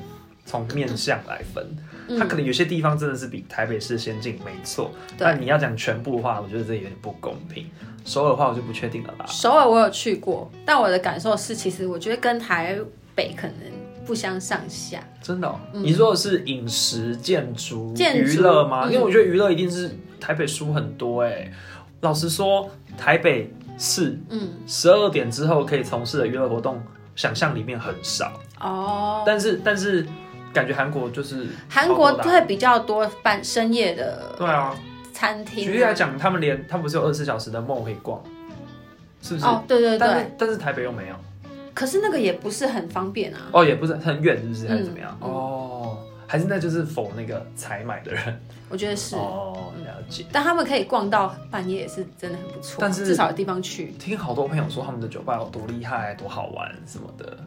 从面向来分，嗯它可能有些地方真的是比台北市先进，没错。但你要讲全部的话，我觉得这有点不公平。首尔的话，我就不确定了啦。首尔我有去过，但我的感受是，其实我觉得跟台北可能不相上下。真的哦、你说的是饮食、建筑、嗯建娱筑乐吗？因为嗯我觉得娱乐一定是台北输很多哎、老实说，台北市嗯，十二点之后可以从事的娱乐活动，想象里面很少。哦，但是但是感觉韩国就是韩国好多啦啊会比较多办深夜的对啊，餐厅、举例来，讲，他们连他们不是有二十四小时的梦可以逛，是不是？哦，对对但对是，但是台北又没有，可是那个也不是很方便啊。哦，也不是很远，是不是？还是怎么样？嗯嗯哦，还是那就是否那个采买的人我觉得 [laughs] 是，哦，了解。但他们可以逛到半夜也是真的很不错，但是至少有地方去。听好多朋友说他们的酒吧有多厉害、多好玩什么的，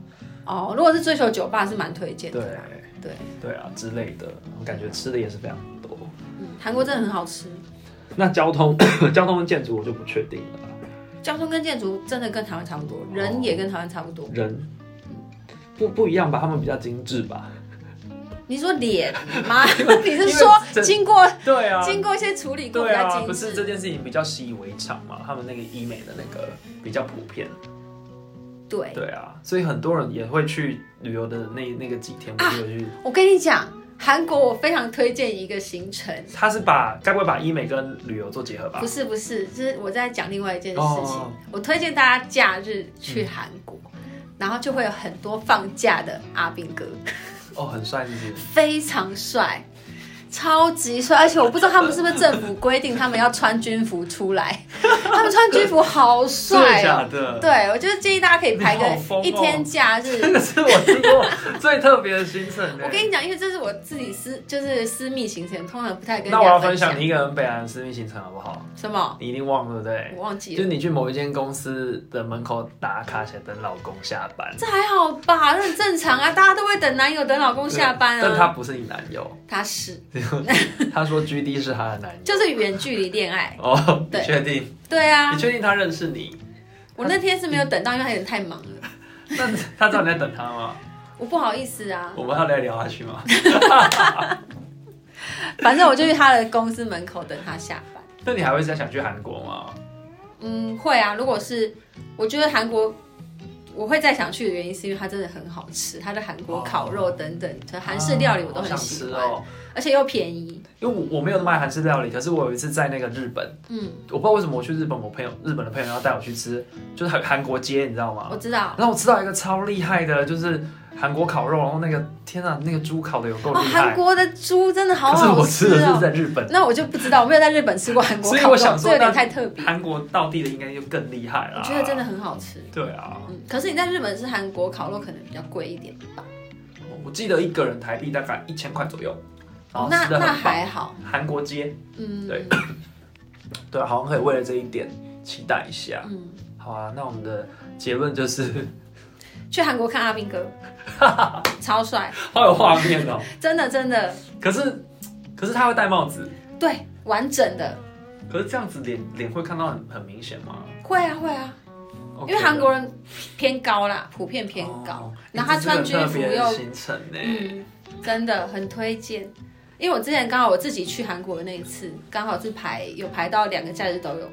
哦，如果是追求酒吧是蛮推荐对的啦。对，对啊之类的，我感觉吃的也是非常多。嗯，韩国真的很好吃，那交通 [coughs] 交通跟建筑我就不确定了啦，交通跟建筑真的跟台湾差不多，哦人也跟台湾差不多。人不不一样吧，他们比较精致吧。你说脸吗？ [laughs] [laughs] 你是因为这说经过对啊，经过一些处理过对比较啊，精不是这致？件事情比较习以为常嘛？他们那个医美的那个比较普遍，对，对啊，所以很多人也会去旅游的那那个几天，我啊就有去。我跟你讲，韩国我非常推荐一个行程，他是把该不会把医美跟旅游做结合吧不？是不是，就是我在讲另外一件事情哦。我推荐大家假日去韩国，然后就会有很多放假的阿兵哥，哦，很帅，是不是？非常帅。超级帅，而且我不知道他们是不是政府规定他们要穿军服出来，他们穿居服好真的帅假哦。的？对，我就是建议大家可以排你好疯哦个一天假日。这个是我听过最特别的行欸程呢。我跟你讲，因为这是我自己私，就是私密行程，通常不太跟那我人家要分分享享你一个人北韩私密行程好不好？什么？你一定忘了对不对我？忘就记是了。你去某一间公司的门口打卡起来等老公下班，这还好吧，这很正常啊，大家都会等男友、等老公下班但他啊。不是你男友，他是， [laughs] 他说 G D 是他的男友。就是远距离恋爱。 [laughs] 哦，你对确定？对 [laughs] 啊你，确定他认识你？我那天是没有等到，因为他有点太忙了，那他知道你在等他 [laughs] 吗？我不好意思 [laughs] 啊。我们要再聊下去吗？反正我就去他的公司门口等他下班。那你还会再想去韩国吗？嗯，会啊。如果是我觉得韩国，我会再想去的原因是因为它真的很好吃，它的韩国烤肉等等，就韩式料理我都啊好很想喜吃欢，哦。而且又便宜。因为我我没有那么爱韩式料理，可是我有一次在那个日本，嗯，我不知道为什么我去日本，我朋友日本的朋友要带我去吃，就是韩韩国街，你知道吗我？知道。然后我吃到一个超厉害的，就是韩国烤肉，然后那个天啊，那个猪烤的有够哦，厉韩害。国的猪真的好可是好我吃的是哦。在日本，那我就不知道，我没有在日本吃过韩国所以烤我肉，想说这有点那太特别。韩国到地的应该就更厉害了。我觉得真的很好吃。对啊，嗯，可是你在日本吃韩国烤肉可能比较贵一点吧？我记得一个人台币大概一千块左右，然后那哦吃的那很还棒。好。韩国街，嗯，对对，啊好像可以为了这一点期待一下。嗯，好啊，那我们的结论就是， [laughs] 去韩国看阿兵哥，超帅，好有画面哦。真的真的，可是，可是他会戴帽子，对，完整的。可是这样子脸脸会看到很很明显吗？会啊会啊，因 OK 为的韩国人偏高啦，普遍偏高哦，然后他穿军这是服很特别的又，行程欸呢、嗯，真的很推荐。因为我之前刚好我自己去韩国的那一次，刚好是排有排到两个假日都 [laughs] 有，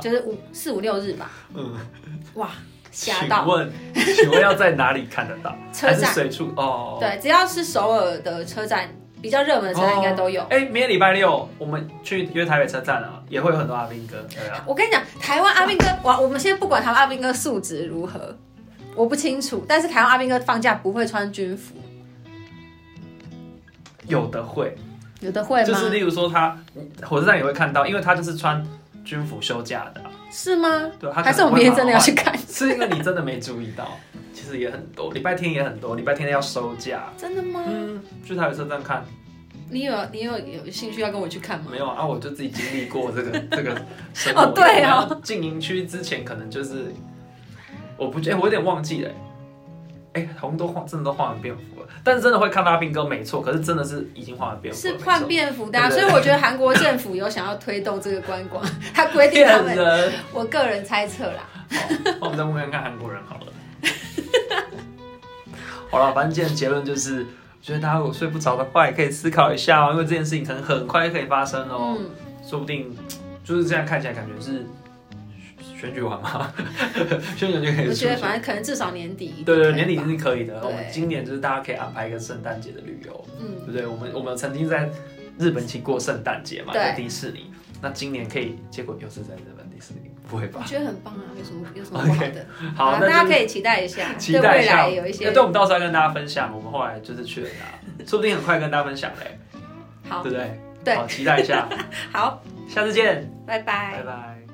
就是五四五六日吧，嗯，哇，吓请到！问，请问要在哪里看得到？ [laughs] 车还是站随处哦？。对，只要是首尔的车站比较热门的车站应该都有。哎、明天礼拜六我们去约台北车站啊，也会有很多阿兵哥，对啊。我跟你讲，台湾阿兵哥，哇，我们先不管台湾阿兵哥素质如何，我不清楚，但是台湾阿兵哥放假不会穿军服，嗯有的会，有的会吗？就是例如说他火车站也会看到，因为他就是穿军服休假的啊、是吗？对，他可能还是我会哦明天把真它的要换去看？是因为你真的没注意到，其实也很多，礼拜天也很多，礼拜天要收假。真的吗？嗯，去台北车站看你有你有有兴趣要跟我去看吗没？有啊？我就自己经历过这个这个生活。哦对哦然后进营区之前可能就是，我不觉、哎我有点忘记了、哎、红都换真的都换完便服了，但是真的会看到阿兵哥没错，可是真的是已经换完便服了，是换便服的、啊，对对所以我觉得韩国政府有想要推动这个观光，他规定骗 [laughs] 他们，人。我个人猜测啦。好，那 [laughs] 我们再问看看韩国人好了。 [laughs] 好了，反正今天的结论就是，我觉得大家如果睡不着的话，也可以思考一下哦，因为这件事情可能很快就可以发生哦，嗯，说不定就是这样看起来感觉是选举完嘛，选举就可以出我觉去得。反正可能至少年底一定对可以对，吧年底一定是可以的。对我们今年就是大家可以安排一个圣诞节的旅游，对嗯，不对？我们我们曾经在日本一起过圣诞节嘛，对在迪士尼。那今年可以，结果又是在日本迪士尼，不会吧我？觉得很棒啊，有什么有什么不好的？好，那大家就是可以期待一下，期待一下，哦呃对未来有一些对，我们到时候要跟大家分享，我们后来就是去了哪，说不定很快跟大家分享嘞，好对不对？对 [laughs] 好，期待一下，好，下次见，拜拜拜。拜。